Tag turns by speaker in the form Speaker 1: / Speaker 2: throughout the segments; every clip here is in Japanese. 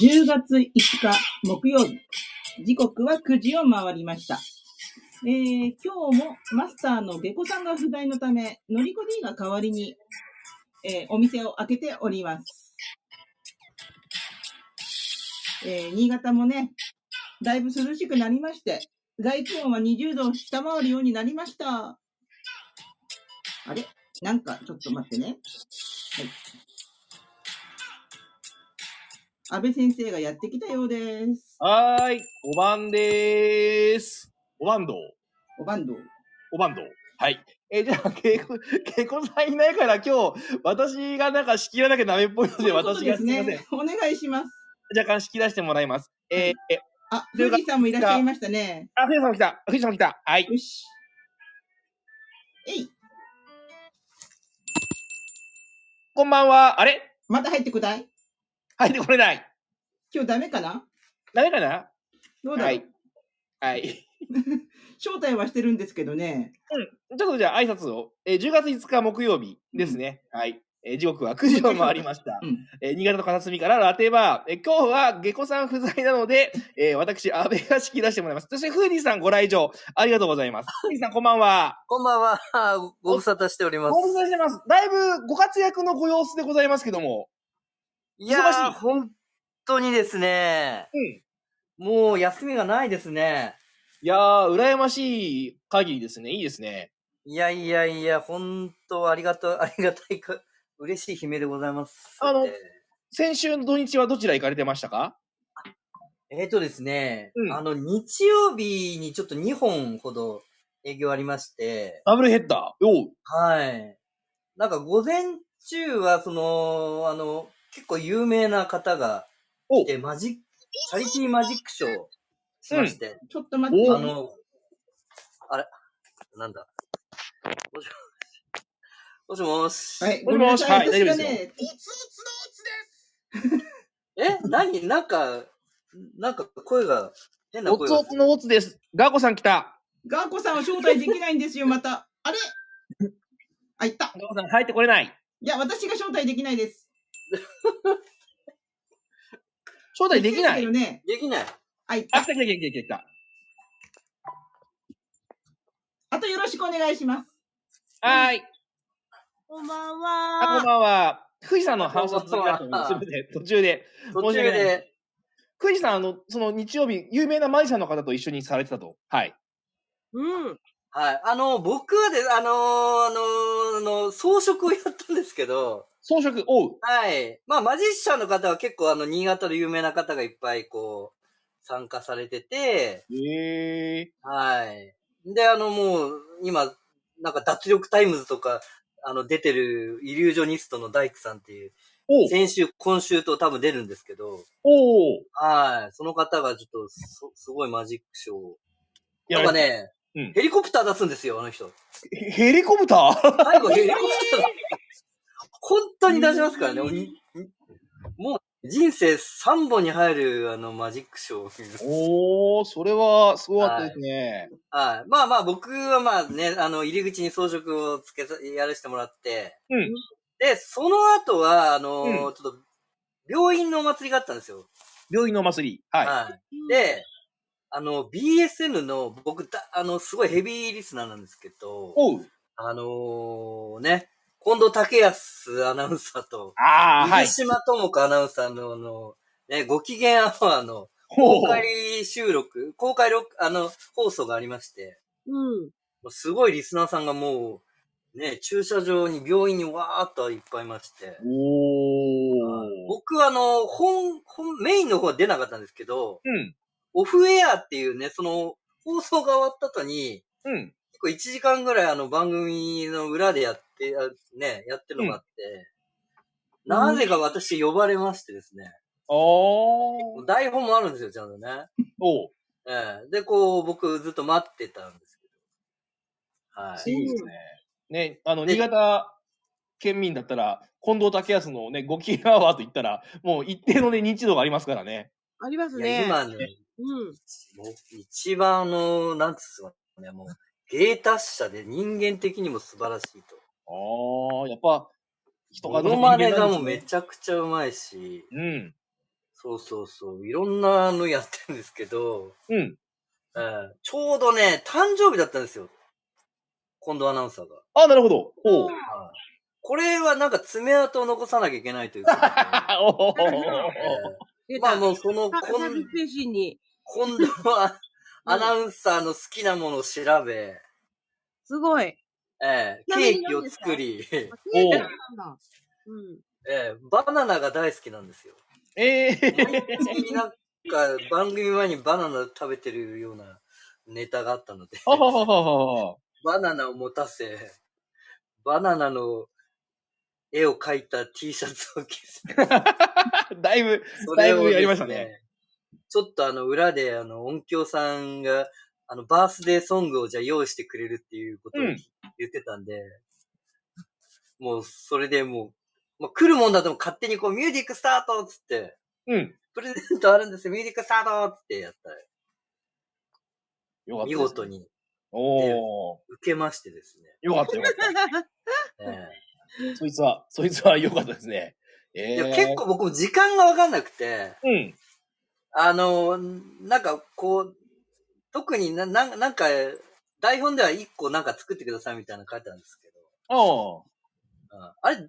Speaker 1: 10月5日木曜日、時刻は9時を回りました。えー今日もマスターの下戸さんが不在のため、のりこ D が代わりに、えーお店を開けております。えー新潟もね、だいぶ涼しくなりまして、外気温は20度を下回るようになりました。あれなんかちょっと待ってね。安倍先生がやってきたようです。
Speaker 2: はーい、おばんでーす。おばんどう、
Speaker 1: おばんどう。
Speaker 2: おばんどう。はい。えーじゃあ、けいこ、けいこさんいないから今日、私がなんか仕切らなきゃダメっぽいの
Speaker 1: と
Speaker 2: で、
Speaker 1: いうこと
Speaker 2: 私
Speaker 1: で
Speaker 2: が
Speaker 1: す
Speaker 2: すいません。
Speaker 1: ね。お願いします。
Speaker 2: 若干仕切らせてもらいます。えー、えー
Speaker 1: あ、富士さんもいらっしゃいましたね。
Speaker 2: あ、富士山来た。富士山来た。はい。
Speaker 1: よし。えい、
Speaker 2: こんばんは。あれ
Speaker 1: また入ってくだい。
Speaker 2: 入ってこれない。
Speaker 1: 今日ダメかな
Speaker 2: ダメかな
Speaker 1: どうだろう、
Speaker 2: はい。はい。
Speaker 1: 招待はしてるんですけどね。
Speaker 2: ちょっとじゃあ挨拶を。えー10月5日木曜日ですね。はい。えー時刻は9時を回りました。
Speaker 1: うん
Speaker 2: えー新潟の片隅からラテバー。えー今日は下戸さん不在なので、えー私、安倍が仕切らせてもらいます。そして、フーディさんご来場。ありがとうございます。フーディさんこんばんは。
Speaker 3: こんばんは。 ご無沙汰しております。
Speaker 2: ご無沙汰してます。だいぶご活躍のご様子でございますけども。
Speaker 3: いや
Speaker 2: 忙
Speaker 3: ー、
Speaker 2: しい
Speaker 3: 本当にですね。
Speaker 2: うん。
Speaker 3: もう休みがないですね。
Speaker 2: いやー、羨ましい限りですね。いいですね。
Speaker 3: いやいやいや、本当ありがとう、あ りがたいか、嬉しい悲鳴でございます。
Speaker 2: あの
Speaker 3: え
Speaker 2: 先週の土日はどちら行かれてましたか
Speaker 3: ーえーとですね、
Speaker 2: うん
Speaker 3: あの、日曜日にちょっと2本ほど営業ありまして、
Speaker 2: ダブルヘッダー。おう。
Speaker 3: はい。なんか午前中は、その、あの、結構有名な方が
Speaker 2: お
Speaker 3: 来て、マジック、チャリティーマジックショーをしまして、
Speaker 1: ちょっと待って
Speaker 2: お
Speaker 3: あ
Speaker 1: ね。
Speaker 3: の、あれ、なんだ。もしもし。もしもし。
Speaker 1: はい、
Speaker 2: も
Speaker 1: ご
Speaker 2: し
Speaker 1: めん
Speaker 2: も
Speaker 1: な
Speaker 2: し
Speaker 1: さい。
Speaker 2: は
Speaker 1: 私が
Speaker 2: い大丈夫
Speaker 1: ね、
Speaker 3: え何なんか、なんか声が、変な
Speaker 2: お
Speaker 3: 声
Speaker 2: つ
Speaker 3: が
Speaker 2: おつのおつです。ガーコさん来た。
Speaker 1: ガーコさんを招待できないんですよ、また。あれあ、いった。
Speaker 2: ガーコさん入ってこれない。
Speaker 1: いや、私が招待できないです。
Speaker 2: 招待できな
Speaker 1: ですけ。
Speaker 2: い
Speaker 1: どね。
Speaker 3: できない。
Speaker 1: あ、いっ
Speaker 2: あ、
Speaker 1: た
Speaker 2: 来。た来た来た来た来た。
Speaker 1: あとよろしくお願いします。
Speaker 2: はーい。
Speaker 1: こんばん
Speaker 2: あ、こん
Speaker 1: は。
Speaker 2: ばんは。富士山の話の続きだと思う。す
Speaker 3: こんばん
Speaker 2: み
Speaker 3: は
Speaker 2: ません。途中で。
Speaker 3: 途中
Speaker 2: 申し訳な
Speaker 3: で、
Speaker 2: 富士山、あの、その日曜日、有名なマジシャンの方と一緒にされてたと。はい。
Speaker 4: うん。
Speaker 3: はい。あの、僕はで、あのーあのーあのー装飾をやったんですけど、
Speaker 2: 装飾、おう。
Speaker 3: はい。まあ、マジシャンの方は結構、あの、新潟の有名な方がいっぱい、こう、参加されてて、
Speaker 2: へえ。
Speaker 3: はい。で、あの、もう、今、なんか脱力タイムズとか、あの、出てる、イリュージョニストの大工さんっていう、
Speaker 2: おう。
Speaker 3: 先週、今週と多分出るんですけど、
Speaker 2: おう。
Speaker 3: はい。その方がちょっと、す、すごいマジックショーを。
Speaker 2: や
Speaker 3: なん
Speaker 2: ば
Speaker 3: か
Speaker 2: い。
Speaker 3: ね、
Speaker 2: うん
Speaker 3: ヘリコプター出すんですよ、あの人。
Speaker 2: へヘリコプター
Speaker 3: 最後、ヘリコプター出す。 本当に出しますからね。鬼もう、人生3本に入る、あの、マジックショー。
Speaker 2: おー、それは、すごかったですね。
Speaker 3: はい。まあまあ、僕はまあね、あの、入り口に装飾をつけさ、やらせてもらって。
Speaker 2: うん
Speaker 3: で、その後は、あのー
Speaker 2: う
Speaker 3: ちょっと、病院のお祭りがあったんですよ。
Speaker 2: 病院のお祭り。は
Speaker 3: はい。で、あの、BSN の、僕だ、あの、すごいヘビーリスナーなんですけど
Speaker 2: い。、おう。
Speaker 3: あのーね、近藤武康アナウンサーと、
Speaker 2: ああ、はい
Speaker 3: 水。島智子アナウンサーの、あの、ね、ご機嫌アワーの
Speaker 2: お
Speaker 3: 公
Speaker 2: う。
Speaker 3: 開収録、公開録、あの、放送がありまして、
Speaker 4: うん。
Speaker 3: もうすごいリスナーさんがもう、ね、駐車場に病院にわーっといっぱいいまして。
Speaker 2: おー。
Speaker 3: 僕はあの、本、本、メインの方は出なかったんですけど、
Speaker 2: うん。
Speaker 3: オフエアっていうね、その、放送が終わった後に、
Speaker 2: うん。
Speaker 3: 結構1時間ぐらいあの番組の裏でやって、あね、やってるのがあって、
Speaker 4: ん
Speaker 3: なぜか私呼ばれましてですね、
Speaker 2: おー。
Speaker 3: 台本もあるんですよ、ちゃんとね。
Speaker 2: おう。
Speaker 3: ええで、こう、僕ずっと待ってたんですけど。はい。
Speaker 2: いいですね。ね、あの、新潟県民だったら、近藤武康のね、ご機嫌アワーと言ったら、もう一定のね、認知度がありますからね。
Speaker 4: あります
Speaker 3: いや
Speaker 4: ね。
Speaker 3: 今ね、
Speaker 4: うん。
Speaker 3: もう一番あの、なんつうんですかね、もう、芸達者で人間的にも素晴らしいと。
Speaker 2: ああ、やっぱ、人
Speaker 3: モ
Speaker 2: が
Speaker 3: ノマネがもうめちゃくちゃうまいし、
Speaker 2: うん。
Speaker 3: そうそうそう。いろんなのやってるんですけど、
Speaker 2: うん。
Speaker 3: えーちょうどね、誕生日だったんですよ。近藤アナウンサーが。
Speaker 2: あ、なるほど。ほう。
Speaker 3: これはなんか爪痕を残さなきゃいけないということ で、
Speaker 2: あおお。
Speaker 3: え
Speaker 4: 出
Speaker 3: ーま
Speaker 4: た
Speaker 3: あもうその
Speaker 4: サービ
Speaker 3: 近
Speaker 4: ス精神に。
Speaker 3: 近藤アアナウンサーの好きなものを調べ、
Speaker 4: すごい。
Speaker 3: えー
Speaker 4: ちなみ
Speaker 3: ケ
Speaker 4: に
Speaker 3: ーキを作り、え
Speaker 4: おうん。
Speaker 3: ーバナナが大好きなんですよ。
Speaker 2: ええ。
Speaker 3: 普通になんか番組前にバナナ食べてるようなネタがあった ので、
Speaker 2: はははは は。
Speaker 3: バナナを持たせ、バナナの絵を描いた T シャツを着せ、
Speaker 2: だいぶ、
Speaker 3: そ
Speaker 2: だい
Speaker 3: れ
Speaker 2: ぶ
Speaker 3: を
Speaker 2: やり
Speaker 3: で
Speaker 2: まし
Speaker 3: す
Speaker 2: た
Speaker 3: ね
Speaker 2: ね。
Speaker 3: ちょっとあの裏であの音響さんがあのバースデーソングをじゃあ用意してくれるっていうこと
Speaker 2: う
Speaker 3: を
Speaker 2: ん
Speaker 3: 言ってたんで、もうそれでもう、まあ、来るもんだとも勝手にこうミュージックスタートっつって、
Speaker 2: うん。
Speaker 3: プレゼントあるんですよ、ミュージックスタートっつってやったら、
Speaker 2: よかった。
Speaker 3: 見事。に
Speaker 2: おお。
Speaker 3: 受けましてです
Speaker 2: よかったよかっ
Speaker 3: ね。え
Speaker 2: た。そいつは、そいつはよかったですね。え
Speaker 3: え
Speaker 2: え。
Speaker 3: いや結。構僕も時間がわかんなくて、
Speaker 2: うん。
Speaker 3: あの、なんかこう、特にな、なんなんか、台本では1個なんか作ってくださいみたいなの書いてあるんですけ
Speaker 2: ああ。も
Speaker 3: ど、うんあれ、ど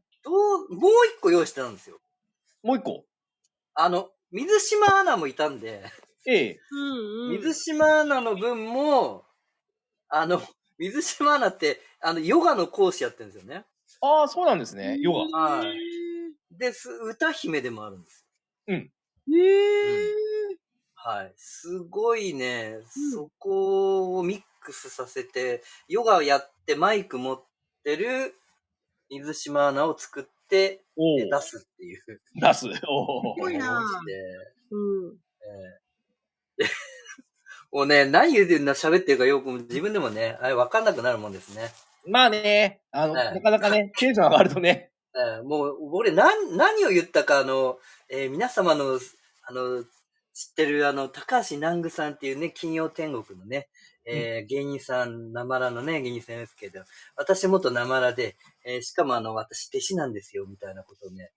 Speaker 3: う、もう1個用意してたんですよ。
Speaker 2: う一個。
Speaker 3: あの、水島アナもいたんで、
Speaker 2: ええ。
Speaker 4: うんうん。
Speaker 3: 水島アナの分も、あの、水島アナって、あの、ヨガの講師やってるんですよね。
Speaker 2: ああ、そうなんですね。ヨガ。
Speaker 3: は
Speaker 4: へ
Speaker 3: い。で、す歌姫でもあるんです。
Speaker 4: ーへー
Speaker 3: はい。すごいね、そこをミックスさせて、ヨガをやってマイク持ってる水島アナを作って
Speaker 2: おお。
Speaker 3: 出すっていう。す
Speaker 2: 出す。おお。
Speaker 4: ごいなうん。
Speaker 3: もうね、何言うてんな喋ってるかよく自分でもね、あれわかんなくなるもんですね。
Speaker 2: まあね、あの、
Speaker 3: はい
Speaker 2: なかなか ね、テンション上がるとね。
Speaker 3: えーもう、俺、何、何を言ったか、あの、えー皆様の、あの、知ってる、あの、高橋南具さんっていうね、金曜天国のね、えー芸人さん、なまらのね、芸人さんですけど、私元なまらで、えーしかもあの、私、弟子なんですよ、みたいなことをね、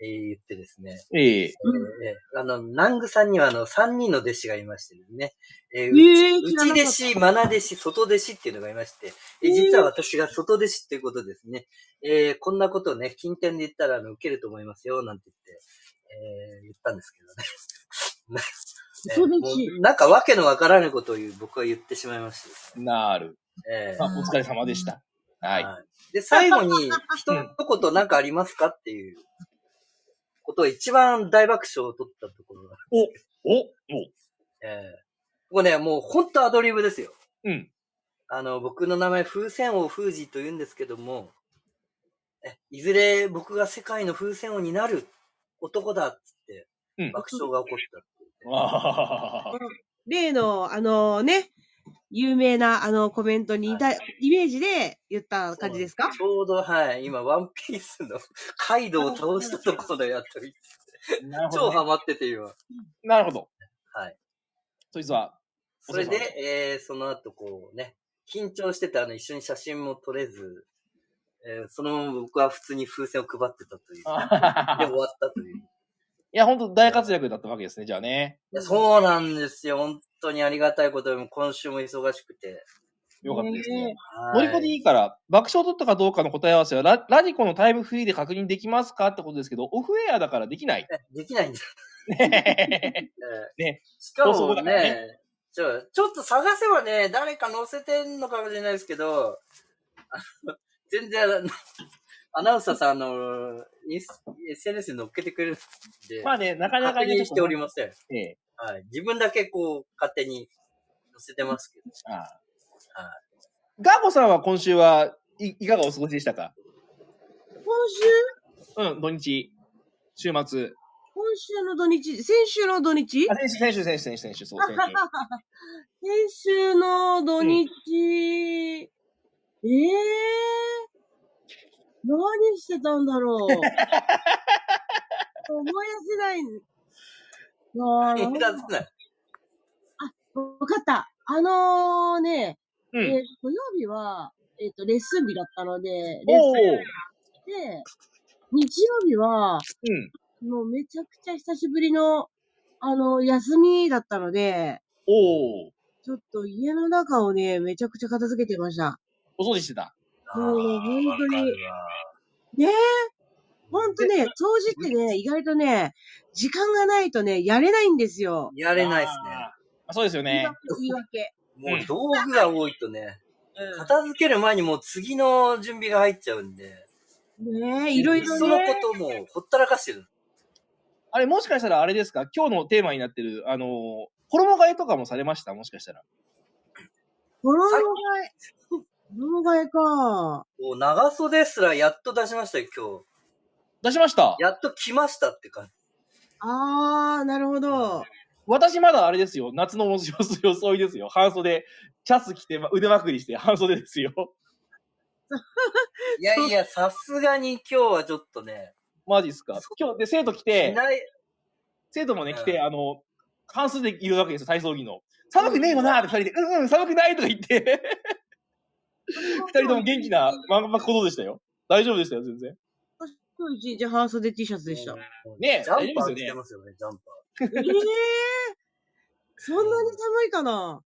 Speaker 3: えー言ってですね、
Speaker 2: ええ。
Speaker 4: うん
Speaker 3: えーあの、南具さんには、あの、3人の弟子がいましてですね、えーう
Speaker 4: えー
Speaker 3: う
Speaker 4: 知らなか
Speaker 3: ち
Speaker 4: った
Speaker 3: 弟子、マナ弟子、外弟子っていうのがいまして、え実は私が外弟子っていうことですね。えーこんなことをね、近天で言ったらあの受けると思いますよ、なんて言って、えー言ったんですけどね。
Speaker 4: 外弟子
Speaker 3: もうなんかわけのわからないことを言う僕は言ってしまいましたですね。
Speaker 2: なる。
Speaker 3: えー
Speaker 2: まあ、お疲れ様でした。はい。
Speaker 3: で、最後に、一言なんかありますかっていうことを一番大爆笑を取ったところが、
Speaker 2: おお
Speaker 3: えー、ここね、もう本当アドリブですよ。
Speaker 2: うん。
Speaker 3: あの、僕の名前、風船王風二と言うんですけども、え、いずれ僕が世界の風船王になる男だっつって
Speaker 2: うん、
Speaker 3: 爆笑が起こった。
Speaker 2: あー
Speaker 4: 例の、あのね、有名な、あの、コメントにいた、イメージで言った感じですか
Speaker 3: ちょうど、はい、今、ワンピースのカイドウを倒したところでやっと いて、
Speaker 2: なるほ
Speaker 3: 超
Speaker 2: ど、ね。
Speaker 3: ハマってて今。
Speaker 2: なるほど。
Speaker 3: はい。
Speaker 2: そいつは、
Speaker 3: それで、えー、その後こうね、緊張してて、あの、一緒に写真も撮れず、えーそのまま僕は普通に風船を配ってたという。で、
Speaker 2: あ
Speaker 3: 終わったという。
Speaker 2: いや、本当大活躍だったわけですね、じゃあね。
Speaker 3: いやそうなんですよ。本当にありがたいことに、今週も忙しくて。
Speaker 2: よかったですね。
Speaker 3: は
Speaker 2: 乗
Speaker 3: い
Speaker 2: り込みいいから、爆笑取ったかどうかの答え合わせはラ、ラジコのタイムフリーで確認できますかってことですけど、オフエアだからできない。
Speaker 3: えできないんだ。
Speaker 2: ねね
Speaker 3: しか
Speaker 2: そうそう
Speaker 3: も
Speaker 2: だ
Speaker 3: ね
Speaker 2: からね
Speaker 3: ちょ、ちょっと探せばね、誰か載せてんのかもしれないですけど、あの 全然、あのアナウンサーさんあのインス SNS に載っけてくれるん で、
Speaker 2: まあね、なかな
Speaker 3: 確
Speaker 2: か
Speaker 3: 認しており
Speaker 2: ま
Speaker 3: ません。
Speaker 2: す。ええ
Speaker 3: はい、自分だけこう、勝手に載せてますけど。
Speaker 2: ああガーゴさんは今週はいいかがお過ごしでしたか
Speaker 4: 今週、
Speaker 2: うん、土日、週末。
Speaker 4: 今週の土日、先週の土日
Speaker 2: あ、選手、選手、選手、選手、選手、そう、選手。
Speaker 4: 先週の土日、ええ何してたんだ ろう。思い出せ ない。あ
Speaker 3: 見出せ
Speaker 4: ー
Speaker 3: ない。
Speaker 4: わかった。あのね、
Speaker 2: う
Speaker 4: えー
Speaker 2: ん。
Speaker 4: 土曜日は、えっ、と、レッスン日だったので、レッ
Speaker 2: おおー。
Speaker 4: スンで、日曜日は、
Speaker 2: うん。
Speaker 4: もうめちゃくちゃ久しぶりのあの、休みだったので、
Speaker 2: おお。
Speaker 4: ちょっと家の中をね、めちゃくちゃ片付けてました。
Speaker 2: お掃除してた。
Speaker 4: もう
Speaker 3: あー
Speaker 4: 本当に
Speaker 3: わかるわ
Speaker 4: ほんとね、掃除ってね、意外とね、時間がないとね、やれないんですよ。
Speaker 3: やれないで
Speaker 2: あー。そうですよね。
Speaker 4: 言い訳。
Speaker 3: すね。もう道具が多いとね、
Speaker 4: 言い訳
Speaker 3: 片付ける前にもう次の準備が入っちゃうんで、
Speaker 4: うんねえ、いろいろ
Speaker 3: そのこ
Speaker 4: ね。
Speaker 3: ともほったらかしてる。
Speaker 2: あれ、もしかしたらあれですか今日のテーマになってる、あのー衣替えとかもされましたもしかしたら。
Speaker 4: 衣替え。衣替えか。
Speaker 3: もう長袖すらやっと出しましたよ、今
Speaker 2: 出しました
Speaker 3: 日。やっと来ましたって感じ。
Speaker 4: あー、なるほど。
Speaker 2: 私まだあれですよ。夏のお装装いですよ。半袖。チャス着て、ま腕まくりして半袖ですよ。
Speaker 3: いやいや、さすがに今日はちょっとね、
Speaker 2: マジっすか今日、で、生徒来て
Speaker 3: い、ない、
Speaker 2: 生徒もね、来
Speaker 3: う
Speaker 2: て、
Speaker 3: ん
Speaker 2: あの、半数でいるわけですよ、体操着の。寒くねえよなーって二人で、うんうん、寒くないとか言って、二人とも元気な漫画行動でしたよ。大丈夫でしたよ、全然。
Speaker 4: 今日一日半袖 T シャツでした。え
Speaker 2: ねえ
Speaker 3: ジャンパー
Speaker 2: 大丈夫ですよね
Speaker 3: 着てますよね、ジャンパー。
Speaker 4: えー、そんなに寒いかな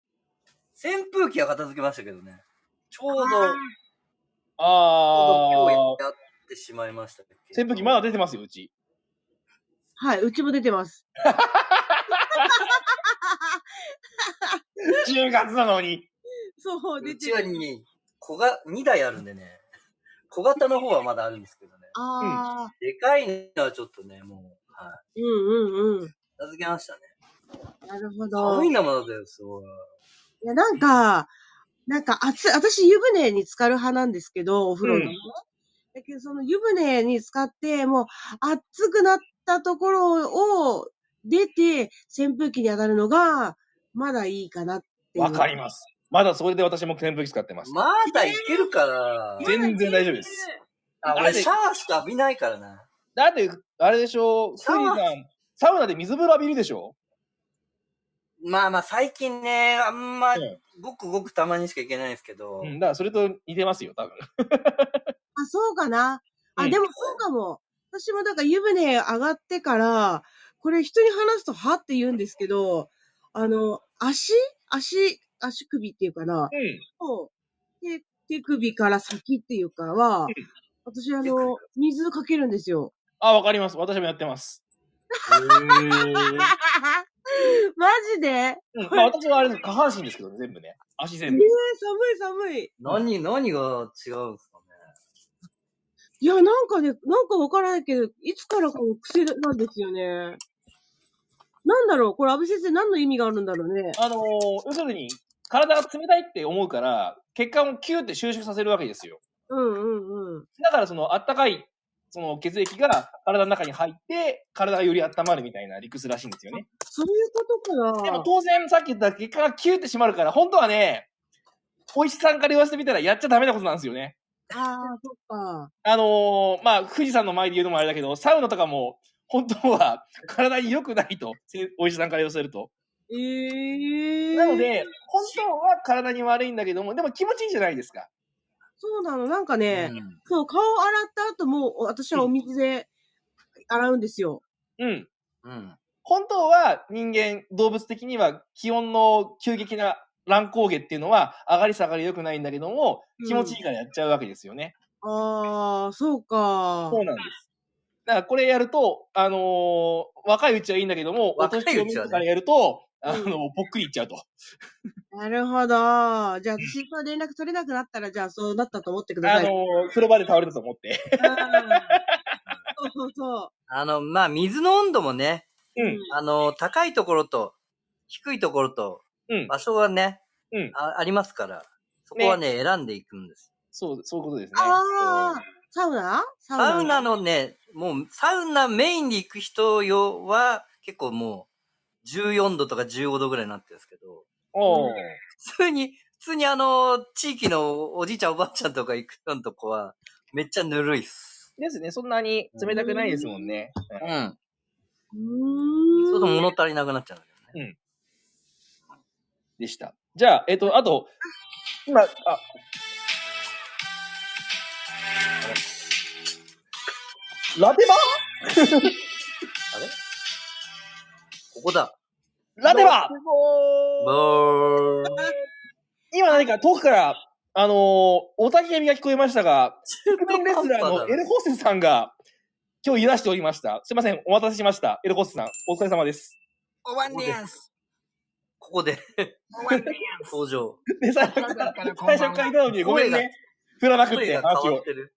Speaker 3: 扇風機は片付けましたけどね。ちょうど、ちょうど今
Speaker 2: あ
Speaker 3: 日やってしまいましたけ
Speaker 2: ー、
Speaker 3: ど。
Speaker 2: 扇風機まだ出てますよ、うち。
Speaker 4: はい、うちも出てます。
Speaker 2: 10月なのに。
Speaker 4: そう、出
Speaker 3: う
Speaker 4: て
Speaker 3: ちは
Speaker 4: る。
Speaker 3: に、小が、2台あるんでね、小型の方はまだあるんですけどね。
Speaker 4: あ
Speaker 3: でかいのはちょっとね、もう、はい。
Speaker 4: ー、うんうんうん。
Speaker 3: 片付けましたね。
Speaker 4: なるほど
Speaker 3: 寒い。んだもんだって、すごい。
Speaker 4: いや、なんか、なんか暑い、私湯船に浸かる派なんですけど、お風呂のね。
Speaker 2: う
Speaker 4: だけど、その湯船に浸かって、もう暑くなったところを出て、扇風機に当たるのが、まだいいかなっていう。
Speaker 2: わかります。まだそれで私も扇風機使ってます。
Speaker 3: まだいけるから。
Speaker 2: 全然大丈夫です。
Speaker 3: あ、
Speaker 2: なん
Speaker 3: 俺
Speaker 2: で
Speaker 3: シャワーしか浴びないからな。
Speaker 2: だって、あれでしょ、ク
Speaker 3: サウ
Speaker 2: リ
Speaker 3: ナ
Speaker 2: ーさん、サウナで水風呂浴びるでしょ
Speaker 3: まあまあ最近ね、あんま
Speaker 2: うん、
Speaker 3: ごくごくたまにしか行けないんですけど、
Speaker 2: うん、だからそれと似てますよ、多分。
Speaker 4: あ、そうかな。あ、
Speaker 2: うん
Speaker 4: でもそうかも。私もだから湯船上がってから、これ人に話すとはって言うんですけど、あの、足足、足首っていうかな。を手、手首から先っていうかは、私あ
Speaker 3: 手首
Speaker 4: の、水かけるんです よ。
Speaker 2: あ、わかります。私もやってます。
Speaker 4: マジでえ
Speaker 2: うん、まあ私はあれです下半身ですけどね、全部ね。足全部。
Speaker 4: ー寒い寒い。
Speaker 3: 何、何が違うんですかね。
Speaker 4: いや、なんかね、なんかわからないけど、いつからかの癖なんですよね。なんだろうこれ安部先生何の意味があるんだろうね。
Speaker 2: あのー、要するに、体が冷たいって思うから、血管をキューって収縮させるわけですよ。
Speaker 4: うんうんうん。
Speaker 2: だからその、あったかい、その血液が体の中に入って、体がより温まるみたいな理屈らしいんですよね。
Speaker 4: そういうことか
Speaker 2: でも
Speaker 4: な。
Speaker 2: 当然、さっき言った血管がキューって締まるから、本当はね、お医者さんから言わせてみたらやっちゃダメなことなんですよね。
Speaker 4: ああ、そっか。
Speaker 2: あのーまあ、富士山の前で言うのもあれだけど、サウナとかも、本当は体に良くないと、せお医者さんから寄せると。
Speaker 4: ええー。
Speaker 2: なの、で、本当は体に悪いんだけども、でも気持ちいいじゃないですか。
Speaker 4: そうなの、なんかね、
Speaker 3: うん
Speaker 4: そう、顔を洗った後も、お私はお水で洗うんですよ。
Speaker 2: うん。
Speaker 3: うん。
Speaker 2: 本当は人間、動物的には気温の急激な乱高下っていうのは上がり下がり良くないんだけども、気持ちいいからやっちゃうわけですよね。
Speaker 4: ああ、そうか。
Speaker 2: そうなんです。だからこれやると、あのー若いうちはいいんだけども、お
Speaker 3: 若いう
Speaker 2: 年
Speaker 3: ちは
Speaker 2: 寄
Speaker 3: ね
Speaker 2: りとかやると、
Speaker 4: ん
Speaker 2: あの、ぽっくりいっちゃうと。
Speaker 4: なるほど。じゃあ、私と連絡取れなくなったら、じゃあ、そうなったと思ってくだ
Speaker 2: あ
Speaker 4: さ
Speaker 2: の
Speaker 4: い。
Speaker 2: ー風呂場で倒れたと思って。
Speaker 4: うん そうそう
Speaker 3: あの、まあ水の温度もね、
Speaker 2: うん。
Speaker 3: あの、高いところと、低いところと、
Speaker 2: うん。
Speaker 3: 場所がね、
Speaker 2: うん
Speaker 3: あありますから、そこはね選んでいくんです。
Speaker 2: そう、そういうことですね。
Speaker 4: ああ、サウナサ
Speaker 3: サウナのね、もう、サウナメインで行く人用は、結構もう、14度とか15度ぐらいになってるんですけど、
Speaker 2: おー
Speaker 3: 普通に、普通にあの、地域のおじいちゃんおばあちゃんとか行くようなとこは、めっちゃぬるいっす。
Speaker 2: ですね。そんなに冷たくないですもんね。
Speaker 3: うん。
Speaker 4: う
Speaker 3: そうす
Speaker 4: ー
Speaker 3: る
Speaker 4: ん。
Speaker 3: と物足りなくなっちゃうんだけどね。
Speaker 2: でした。じゃあ、えっと、あと、今、あ、ラテバ
Speaker 3: あれここだ。
Speaker 2: ラテは
Speaker 3: バーン。
Speaker 2: 今何か遠くから、あのー、おたけみが聞こえましたが、覆面レスラーのエルホースさんが、今日いらしておりました。すいません、お待たせしました。エルホースさん、お疲れ様 です。
Speaker 5: おわんでやんす。
Speaker 3: ここで
Speaker 5: おわんでやんす。
Speaker 3: 登場。
Speaker 2: で、最初から、最初からいたのにごめんね。振らなく
Speaker 3: 声
Speaker 2: て、
Speaker 3: が
Speaker 2: 話
Speaker 3: 変わ
Speaker 2: を
Speaker 3: っ。てる。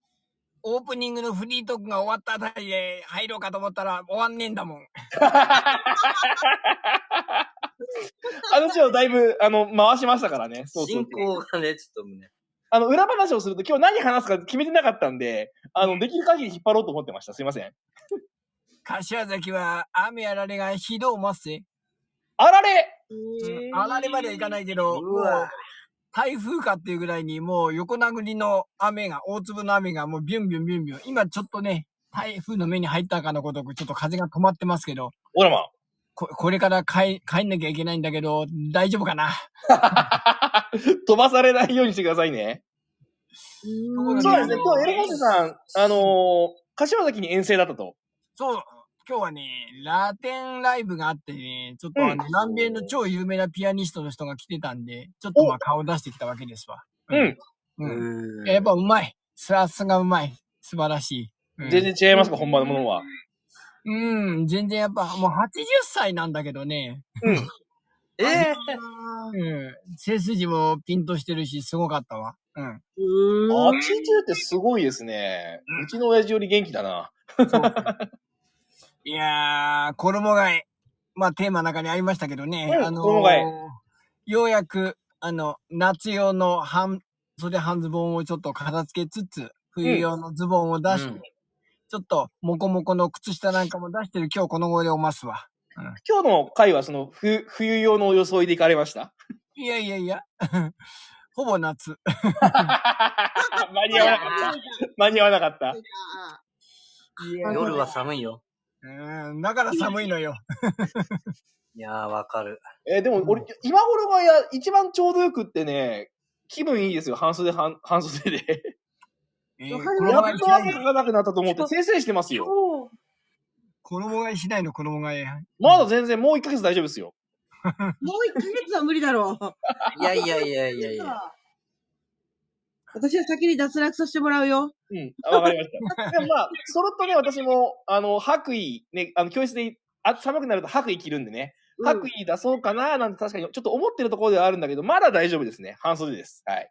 Speaker 5: オープニングのフリートークが終わったあたりで入ろうかと思ったら終わんねえんだもん。
Speaker 2: 話をだいぶ、あの、回しましたからね。そうそう
Speaker 3: 進行がね、ちょっとね。
Speaker 2: あの、裏話をすると今日何話すか決めてなかったんで、あの、できる限り引っ張ろうと思ってました。すいません。
Speaker 5: 柏崎は雨あられがひどうますぜ。
Speaker 2: あられ
Speaker 5: うんあられまではいかないけど、
Speaker 3: う
Speaker 5: もう
Speaker 3: わ
Speaker 5: 台風かっていうぐらいにもう横殴りの雨が、大粒の雨がもうビュンビュンビュンビュン。今ちょっとね、台風の目に入ったかのごとくちょっと風が止まってますけど、
Speaker 2: オラマ。
Speaker 5: ここれから帰帰んなきゃいけないんだけど、大丈夫かな。
Speaker 2: 飛ばされないようにしてくださいね。
Speaker 5: うん
Speaker 2: そうですね。
Speaker 5: うん
Speaker 2: 今日、エルホースさん、あのー、柏崎に遠征だったと。
Speaker 5: そう、今日はね、ラテンライブがあってね、ちょっとあの、
Speaker 2: うん
Speaker 5: 南米の超有名なピアニストの人が来てたんで、ちょっとまあ顔出してきたわけですわ。
Speaker 2: うん。
Speaker 5: うん。
Speaker 3: うん
Speaker 5: やっぱうまい。さすがうまい。素晴らしい。うん
Speaker 2: 全然違いますか、本場のものは。
Speaker 5: うん、全然やっぱもう80歳なんだけどね。
Speaker 3: ええ
Speaker 5: うん。背筋もピンとしてるし、すごかったわ。うん。
Speaker 4: うーん
Speaker 2: 80ってすごいですね。うちの親父より元気だな。
Speaker 5: いやー、衣替え。まあ、テーマの中にありましたけどね。
Speaker 2: うん
Speaker 5: あのー
Speaker 2: 衣替え
Speaker 5: ようやく、あの、夏用の半袖半ズボンをちょっと片付けつつ、冬用のズボンを出して、
Speaker 3: うん
Speaker 5: ちょっと、モコモコの靴下なんかも出してる今日この頃でおますわ。
Speaker 2: 今日の回はその冬、冬用の装いで行かれました
Speaker 5: いやいやい や。ほぼ夏。
Speaker 2: 間に合わなかった。間に合わなかった。
Speaker 3: 夜は寒いよ。
Speaker 5: うん、だから寒いのよ。
Speaker 3: いやー、わかる。
Speaker 2: えーでも俺、今頃がや一番ちょうどよくってね、気分いいですよ、半袖半、 半袖で。
Speaker 5: えー
Speaker 4: わかる
Speaker 2: や
Speaker 5: 衣
Speaker 4: わ
Speaker 2: っ
Speaker 5: 替えし
Speaker 2: と
Speaker 5: ない
Speaker 2: 汗かかなくなったと思って、せいせいしてますよ。
Speaker 4: そう
Speaker 5: 衣替えしないの、衣替え。
Speaker 2: まだ全然、もう1ヶ月大丈夫ですよ。
Speaker 4: もう一ヶ月は無理だろう。
Speaker 3: いやいやいやいやいや。
Speaker 4: 私は先に脱落させてもらうよ。
Speaker 2: うん、あわかりました。でもまあ、そろっとね、私も、あの、白衣、ね、あの、教室で、あ寒くなると白衣着るんでね、
Speaker 4: うん
Speaker 2: 白衣出そうかな、なんて確かにちょっと思ってるところではあるんだけど、まだ大丈夫ですね。半袖です。はい。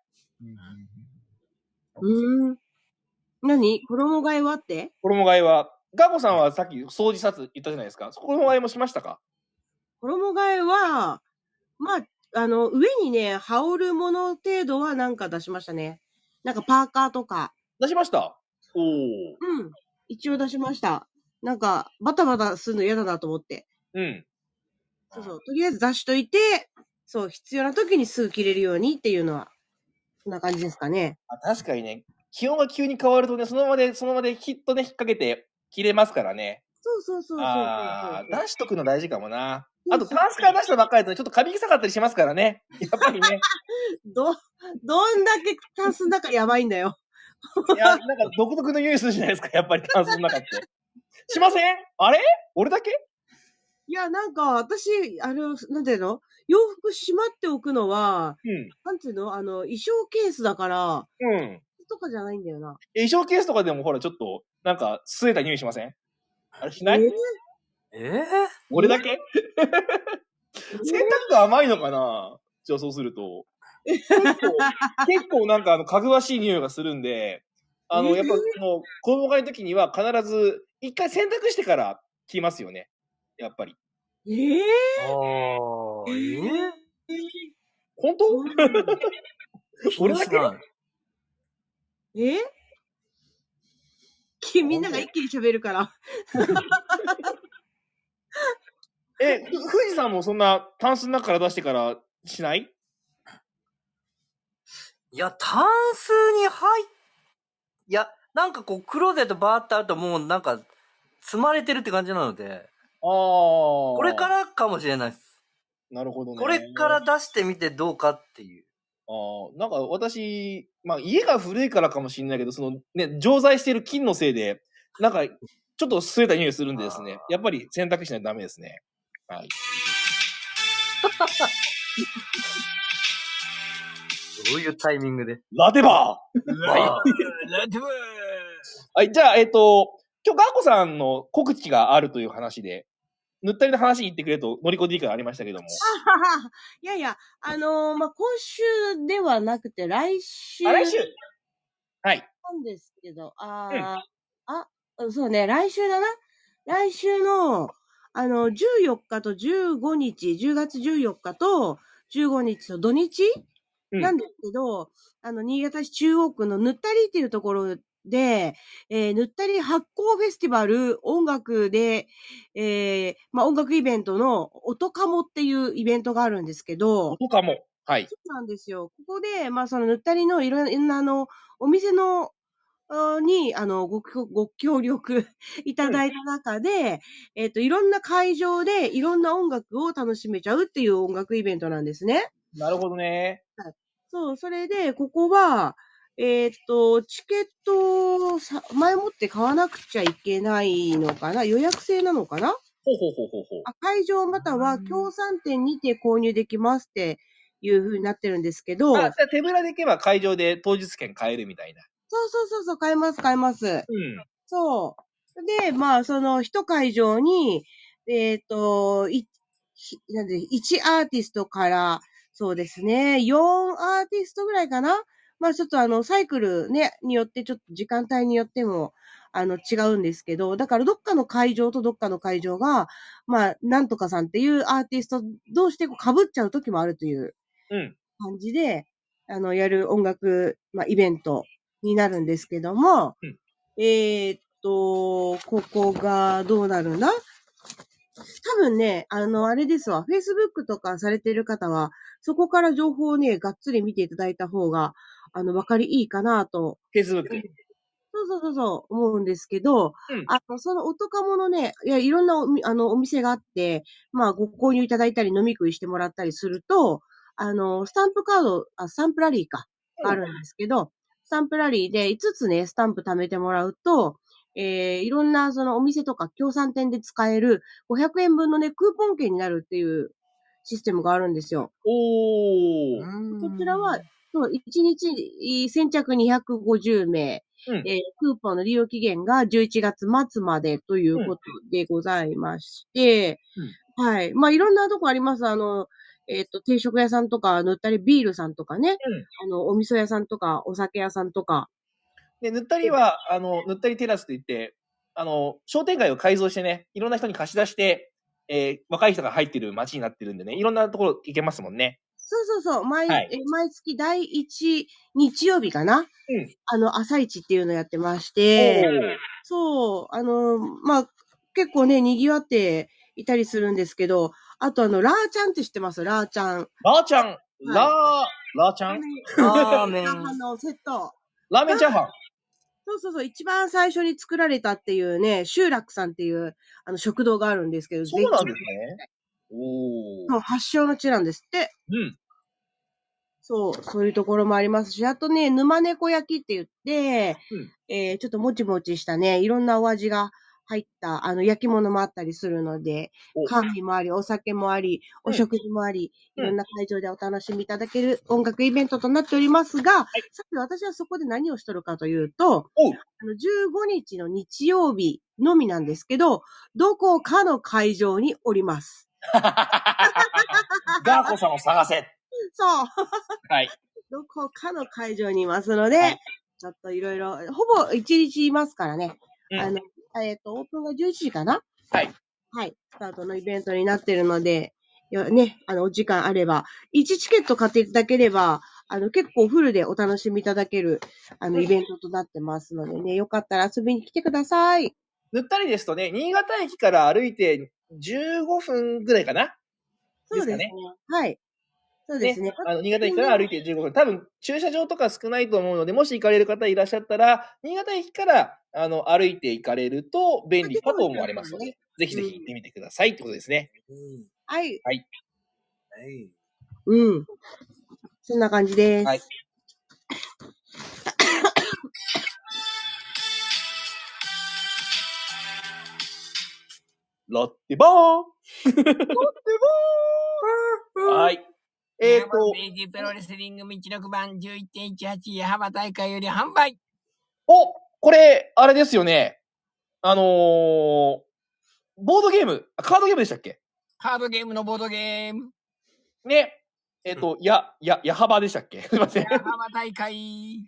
Speaker 4: うーん。何衣替えはって
Speaker 2: 衣替えは、ガコさんはさっき掃除したって言ったじゃないですか。衣替えもしましたか
Speaker 4: 衣替えは、まあ、あの、上にね、羽織るもの程度はなんか出しましたね。なんかパーカーとか。
Speaker 2: 出しました。おお。
Speaker 4: うん。一応出しました。なんか、バタバタするの嫌だなと思って。
Speaker 2: うん。
Speaker 4: そうそう。とりあえず出しといて、そう、必要な時にすぐ着れるようにっていうのは、そんな感じですかね。
Speaker 2: あ確かにね、気温が急に変わるとね、そのままで、そのままできっとね、引っ掛けて着れますからね。
Speaker 4: そうそうそうそう。
Speaker 2: ああ、出しとくの大事かもな。
Speaker 4: そ
Speaker 2: あ
Speaker 4: うそ
Speaker 2: と、
Speaker 4: う
Speaker 2: タンスから出したばっかりだとね、ちょっとカビ臭かったりしますからね。 やっぱりね。
Speaker 4: ど、 どんだけタンスの中やばいんだよ。
Speaker 2: いや、なんか独特のニュースじゃないですか、やっぱりタンスの中って。しませんあれ俺だけ
Speaker 4: いや、なんか、私、あの、なんていうの洋服しまっておくのは、なんていうのあの、衣装ケースだから、
Speaker 2: うん。うん。
Speaker 4: とかじゃないんだよな。
Speaker 2: 衣装ケースとかでもほら、ちょっと、なんか、吸えた匂いしませんあれしない、
Speaker 4: えー
Speaker 3: ええ
Speaker 2: 俺だ け洗濯が甘いのかなじゃあそうすると。結構、結構なんかあの、かぐわしい匂いがするんで、あの、やっぱその、子供がいる時には必ず、一回洗濯してから着ますよね。やっぱり。
Speaker 4: ええ
Speaker 3: あー、ええ
Speaker 2: 本当俺だけ
Speaker 3: 気にしない
Speaker 4: えきみんなが一気に喋るから。
Speaker 2: え、ふ富士さんもそんな、タンスの中から出してからしない
Speaker 3: いや、タンスに入っ、いや、なんかこう、クローゼットバーってあるともうなんか、積まれてるって感じなので、
Speaker 2: ああ。こ
Speaker 3: これか。らかもしれないです。
Speaker 2: なるほどね。
Speaker 3: これから出してみてどうかっていう。
Speaker 2: ああ、なんか私、まあ家が古いからかもしれないけど、そのね、常在している菌のせいで、なんかちょっと吸えた匂いするんでですね
Speaker 3: あ、
Speaker 2: やっぱり洗濯しないとダメですね。はい。
Speaker 3: どういうタイミングで。
Speaker 2: ラテバー
Speaker 3: わ
Speaker 5: ラテブー
Speaker 2: はい、じゃあ、えっ、と、今日、ガーコさんの告知があるという話で、ぬったりの話に行ってくれと、乗りこ D からありましたけども。
Speaker 4: ははいやいや、あのーまあ、今週ではなくて来週
Speaker 2: あ、
Speaker 4: な
Speaker 2: 来週はい。
Speaker 4: んですけど、あー、あ、そうね、来週だな。来週の、あの、14日と15日、10月14日と15日と土日
Speaker 2: うん
Speaker 4: なんですけど、あの、新潟市中央区のぬったりっていうところで、えーぬったり発酵フェスティバル音楽で、えーまあ、音楽イベントの音かもっていうイベントがあるんですけど、
Speaker 2: とかも。はい。
Speaker 4: そうなんですよ。ここで、まあ、そのぬったりのいろんな、あの、お店の、あーに、あの、ご協ご協力 いただいた中で、えっ、と、いろんな会場でいろんな音楽を楽しめちゃうっていう音楽イベントなんですね。
Speaker 2: なるほどね。
Speaker 4: そう、それで、ここは、えーっと、チケットをさ前もって買わなくちゃいけないのかな予約制なのかな
Speaker 2: ほうほうほうほうほう。
Speaker 4: あ会場または協賛店にて購入できますっていう風になってるんですけど、そ
Speaker 2: あ、
Speaker 4: う
Speaker 2: じゃあ手ぶらで行けば会場で当日券買えるみたいな。
Speaker 4: そうそうそう、買えます、買えます。
Speaker 2: うん。
Speaker 4: そう。で、まあ、その一会場に、えーっと、いひなんで、1アーティストから、そうですね、4アーティストぐらいかなまあちょっとあの、サイクルね、によってちょっと時間帯によっても、あの、違うんですけど、だからどっかの会場とどっかの会場が、まあ、なんとかさんっていうアーティスト同士でこう被っちゃう時もあるという
Speaker 2: うん
Speaker 4: 感じで、あの、やる音楽、まあ、イベントになるんですけども、
Speaker 2: うん
Speaker 4: えーっと、ここがどうなるんだ多分ね、あの、あれですわ、Facebook とかされてる方は、そこから情報をね、がっつり見ていただいた方が、あの、わかりいいかなと、
Speaker 2: Facebook。
Speaker 4: そうそうそうそう、思うんですけど、
Speaker 2: うん
Speaker 4: あの、そのおとかものね、いや、いろんなおみ、あの、お店があって、まあ、ご購入いただいたり、飲み食いしてもらったりすると、あの、スタンプカード、あ、スタンプラリーか、
Speaker 2: うん
Speaker 4: あるんですけど、スタンプラリーで5つね、スタンプ貯めてもらうと、えー、いろんな、そのお店とか協賛店で使える500円分のね、クーポン券になるっていうシステムがあるんですよ。
Speaker 2: おー。
Speaker 4: こちらは、そう、1日先着250名、
Speaker 2: うん
Speaker 4: えークーポンの利用期限が11月末までということでございまして、はい。まあ、いろんなとこあります。あの、えっ、と、定食屋さんとか、塗ったりビールさんとかね、あの、お味噌屋さんとか、お酒屋さんとか、
Speaker 2: で、ぬったりは、あの、ぬったりテラスといって、あの、商店街を改造してね、いろんな人に貸し出して、えー若い人が入ってる街になってるんでね、いろんなところ行けますもんね。
Speaker 4: そうそうそう、毎、
Speaker 2: はい
Speaker 4: え毎月第1日曜日かな、
Speaker 2: ん
Speaker 4: あの、朝市っていうのやってまし
Speaker 2: お
Speaker 4: て、
Speaker 2: ー
Speaker 4: そう、あの、まあ、結構ね、賑わっていたりするんですけど、あとあの、ラーちゃんって知ってますラーちゃん。
Speaker 2: ラーちゃん、ラー、ラーちゃん
Speaker 3: ラーメン
Speaker 4: ラ。ーメンのセット。
Speaker 2: ラーメンチャーハン。
Speaker 4: そうそうそう、一番最初に作られたっていうね、集落さんっていう、あの、食堂があるんですけど、
Speaker 2: そうなんで
Speaker 4: ぜ
Speaker 2: すね。お
Speaker 4: ひ
Speaker 2: ー。
Speaker 4: の発祥の地なんですって。
Speaker 2: うん。
Speaker 4: そう、そういうところもありますし、あとね、沼猫焼きって言って、
Speaker 2: うん
Speaker 4: えーちょっともちもちしたね、いろんなお味が入った、あの、焼き物もあったりするので
Speaker 2: お、
Speaker 4: カフェもあり、お酒もあり、
Speaker 2: う
Speaker 4: お
Speaker 2: ん
Speaker 4: 食事もあり、
Speaker 2: うん
Speaker 4: いろんな会場でお楽しみいただける音楽イベントとなっておりますが、さっき私はそこで何をしとるかというと、
Speaker 2: おう
Speaker 4: あの15日の日曜日のみなんですけど、どこかの会場におり ます。
Speaker 2: ガーコさんを探せ。
Speaker 4: そう。
Speaker 2: はい。
Speaker 4: どこかの会場にいますので、
Speaker 2: はい
Speaker 4: ちょっといろいろ、ほぼ1日いますからね。
Speaker 2: うん
Speaker 4: あの、えっ、と、オープンが11時かな
Speaker 2: はい。
Speaker 4: はい。スタートのイベントになってるので、よね、あの、お時間あれば、1チケット買っていただければ、あの、結構フルでお楽しみいただける、あの、イベントとなってますのでね、よかったら遊びに来てください。
Speaker 2: ぬったりですとね、新潟駅から歩いて15分ぐらいかな。
Speaker 4: そうです
Speaker 2: で
Speaker 4: ね
Speaker 2: す。
Speaker 4: はい。そうですね。
Speaker 2: あの新潟駅から歩いて15分。多分、駐車場とか少ないと思うので、もし行かれる方いらっしゃったら、新潟駅からあの歩いて行かれると便利かと思われますので、ぜひぜひ行ってみてくださいってことですね。
Speaker 3: うん
Speaker 4: はい。
Speaker 3: はい
Speaker 4: うん。そんな感じです。
Speaker 2: はいロッテボー
Speaker 4: は。
Speaker 2: はいい。えっ、ー、と、
Speaker 5: 明治プロレスリング16番11.18矢幅大会より販売。
Speaker 2: お、これ、あれですよね。あのー、ボードゲーム、あカードゲームでしたっけ
Speaker 5: カードゲームのボードゲーム。
Speaker 2: ね。えっ、と、や、や、やはばでしたっけ すいません。
Speaker 5: 矢幅大会。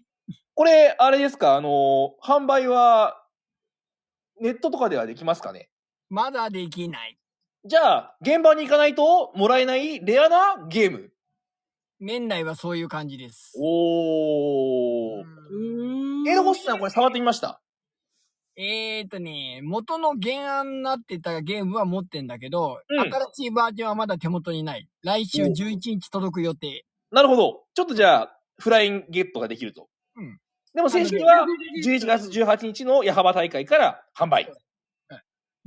Speaker 2: これ、あれですかあのー販売は、ネットとかではできますかね
Speaker 5: まだできない。
Speaker 2: じゃあ、現場に行かないともらえないレアなゲーム。
Speaker 5: 年内はそういう感じです。
Speaker 2: おー。
Speaker 4: うん。
Speaker 2: エルホスさん、これ触ってみました。
Speaker 5: えーとね、元の原案になってたゲームは持ってんだけど、
Speaker 2: うん
Speaker 5: 新しいバージョンはまだ手元にない。来週
Speaker 2: お
Speaker 5: 11日届く予定。
Speaker 2: なるほど。ちょっとじゃあ、フライングゲットができると。
Speaker 5: うん
Speaker 2: でも正式は、11月18日の矢幅大会から販売。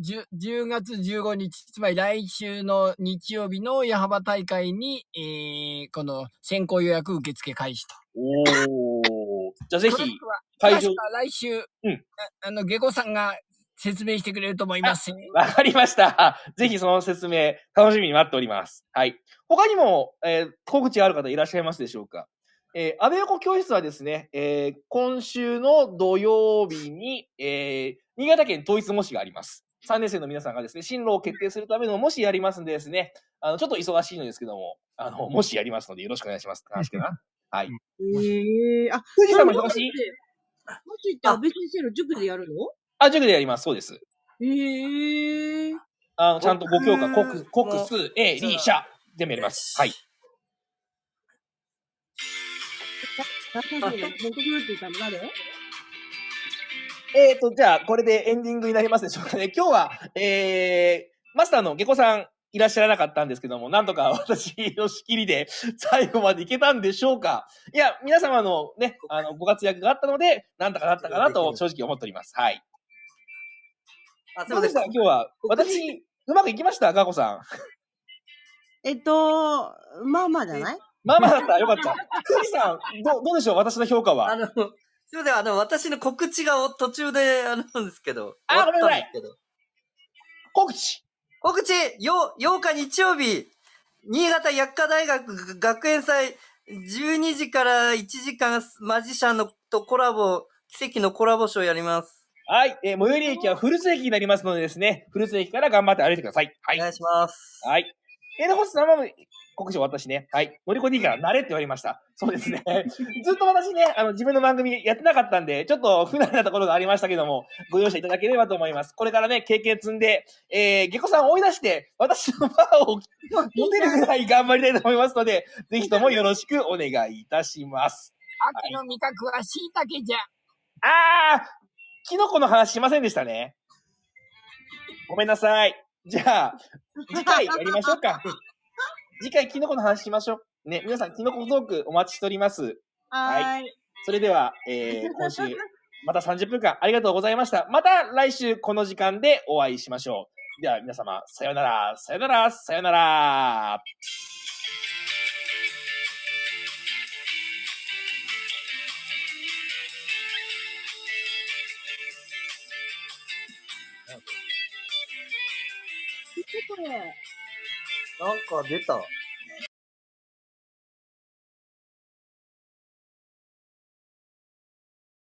Speaker 5: 10, 10月15日、つまり来週の日曜日の矢幅大会に、えー、この先行予約受付開始と。
Speaker 2: おお。じゃあぜひ
Speaker 5: 詳し、くは
Speaker 2: 会
Speaker 5: 詳し
Speaker 2: 場
Speaker 5: く、は来週、
Speaker 2: うん
Speaker 5: ああの、ゲコさんが説明してくれると思います。
Speaker 2: わかりました。 ぜひその説明、楽しみに待っております。はい。他にも、えー告知ある方いらっしゃいますでしょうかえー、安倍横教室はですね、えー今週の土曜日に、えー新潟県統一模試があります。3年生の皆さんがですね、進路を決定するための模試やりますんでですね、あの、ちょっと忙しいのですけども、あの、模試やりますのでよろしくお願いしますって話かな。はい。
Speaker 4: ええあ、
Speaker 2: 藤
Speaker 4: そ
Speaker 2: さん
Speaker 4: う
Speaker 2: も
Speaker 4: も
Speaker 2: 忙
Speaker 4: し
Speaker 2: しい
Speaker 4: もしって、安倍先生の塾でやるの
Speaker 2: あ、塾でやります。そうです。
Speaker 4: ええ
Speaker 2: あの、ちゃんと5教科、
Speaker 3: 僕
Speaker 2: 国、国、数、A、
Speaker 3: そう
Speaker 2: 理、社、全部やります。はい。
Speaker 4: だって本当になっていたの誰
Speaker 2: えーと、じゃあ、これでエンディングになりますでしょうかね。今日は、えー、マスターの下戸さんいらっしゃらなかったんですけども、なんとか私の仕切りで最後までいけたんでしょうか。いや、皆様のね、あの、ご活躍があったので、なんとかなったかなと正直思っております。はい。
Speaker 3: あ、すい
Speaker 2: ど
Speaker 3: ま
Speaker 2: う
Speaker 3: せ
Speaker 2: で
Speaker 3: ん
Speaker 2: した。今日は。私、うまくいきましたガコさん。
Speaker 4: えっと、まあまあじゃない
Speaker 2: まあまあだった。よかった。クリさん、どう、どうでしょう私の評価
Speaker 3: あ
Speaker 2: は。
Speaker 3: の、すいません、あの、私の告知がお途中で、あの、なんですけど。
Speaker 2: あごめんなさい
Speaker 3: 終わったんですけど。
Speaker 2: 告知
Speaker 3: 告知よ !8 日日曜日、新潟薬科大学学園祭、12時から1時間マジシャンのとコラボ、奇跡のコラボショーやります。
Speaker 2: はい。えー最寄り駅は古津駅になりますのでですね、古津駅から頑張って歩いてください。は
Speaker 3: お
Speaker 2: い。
Speaker 3: 願いします。
Speaker 2: はい。えー、で、星さんは、告知終わったしね。はい。のりこ D から慣れって言われました。そうですね。ずっと私ね、あの、自分の番組やってなかったんで、ちょっと不慣れなところがありましたけども、ご容赦いただければと思います。これからね、経験積んで、えー、下戸さんを追い出して、私のバーを持てるぐらい頑張りたいと思いますので、ぜひともよろしくお願いいたします。
Speaker 5: 秋の味覚は椎茸じゃ。
Speaker 2: あー、キノコの話しませんでしたね。ごめんなさい。じゃあ、次回やりましょうか。次回、キノコの話しましょう。ね、皆さん、キノコトークお待ちしております。
Speaker 4: はーい。
Speaker 2: それでは、えー、今週、また30分間ありがとうございました。また来週この時間でお会いしましょう。では、皆様、さようなら、さようなら、さようなら。
Speaker 4: これ
Speaker 3: なんか出た。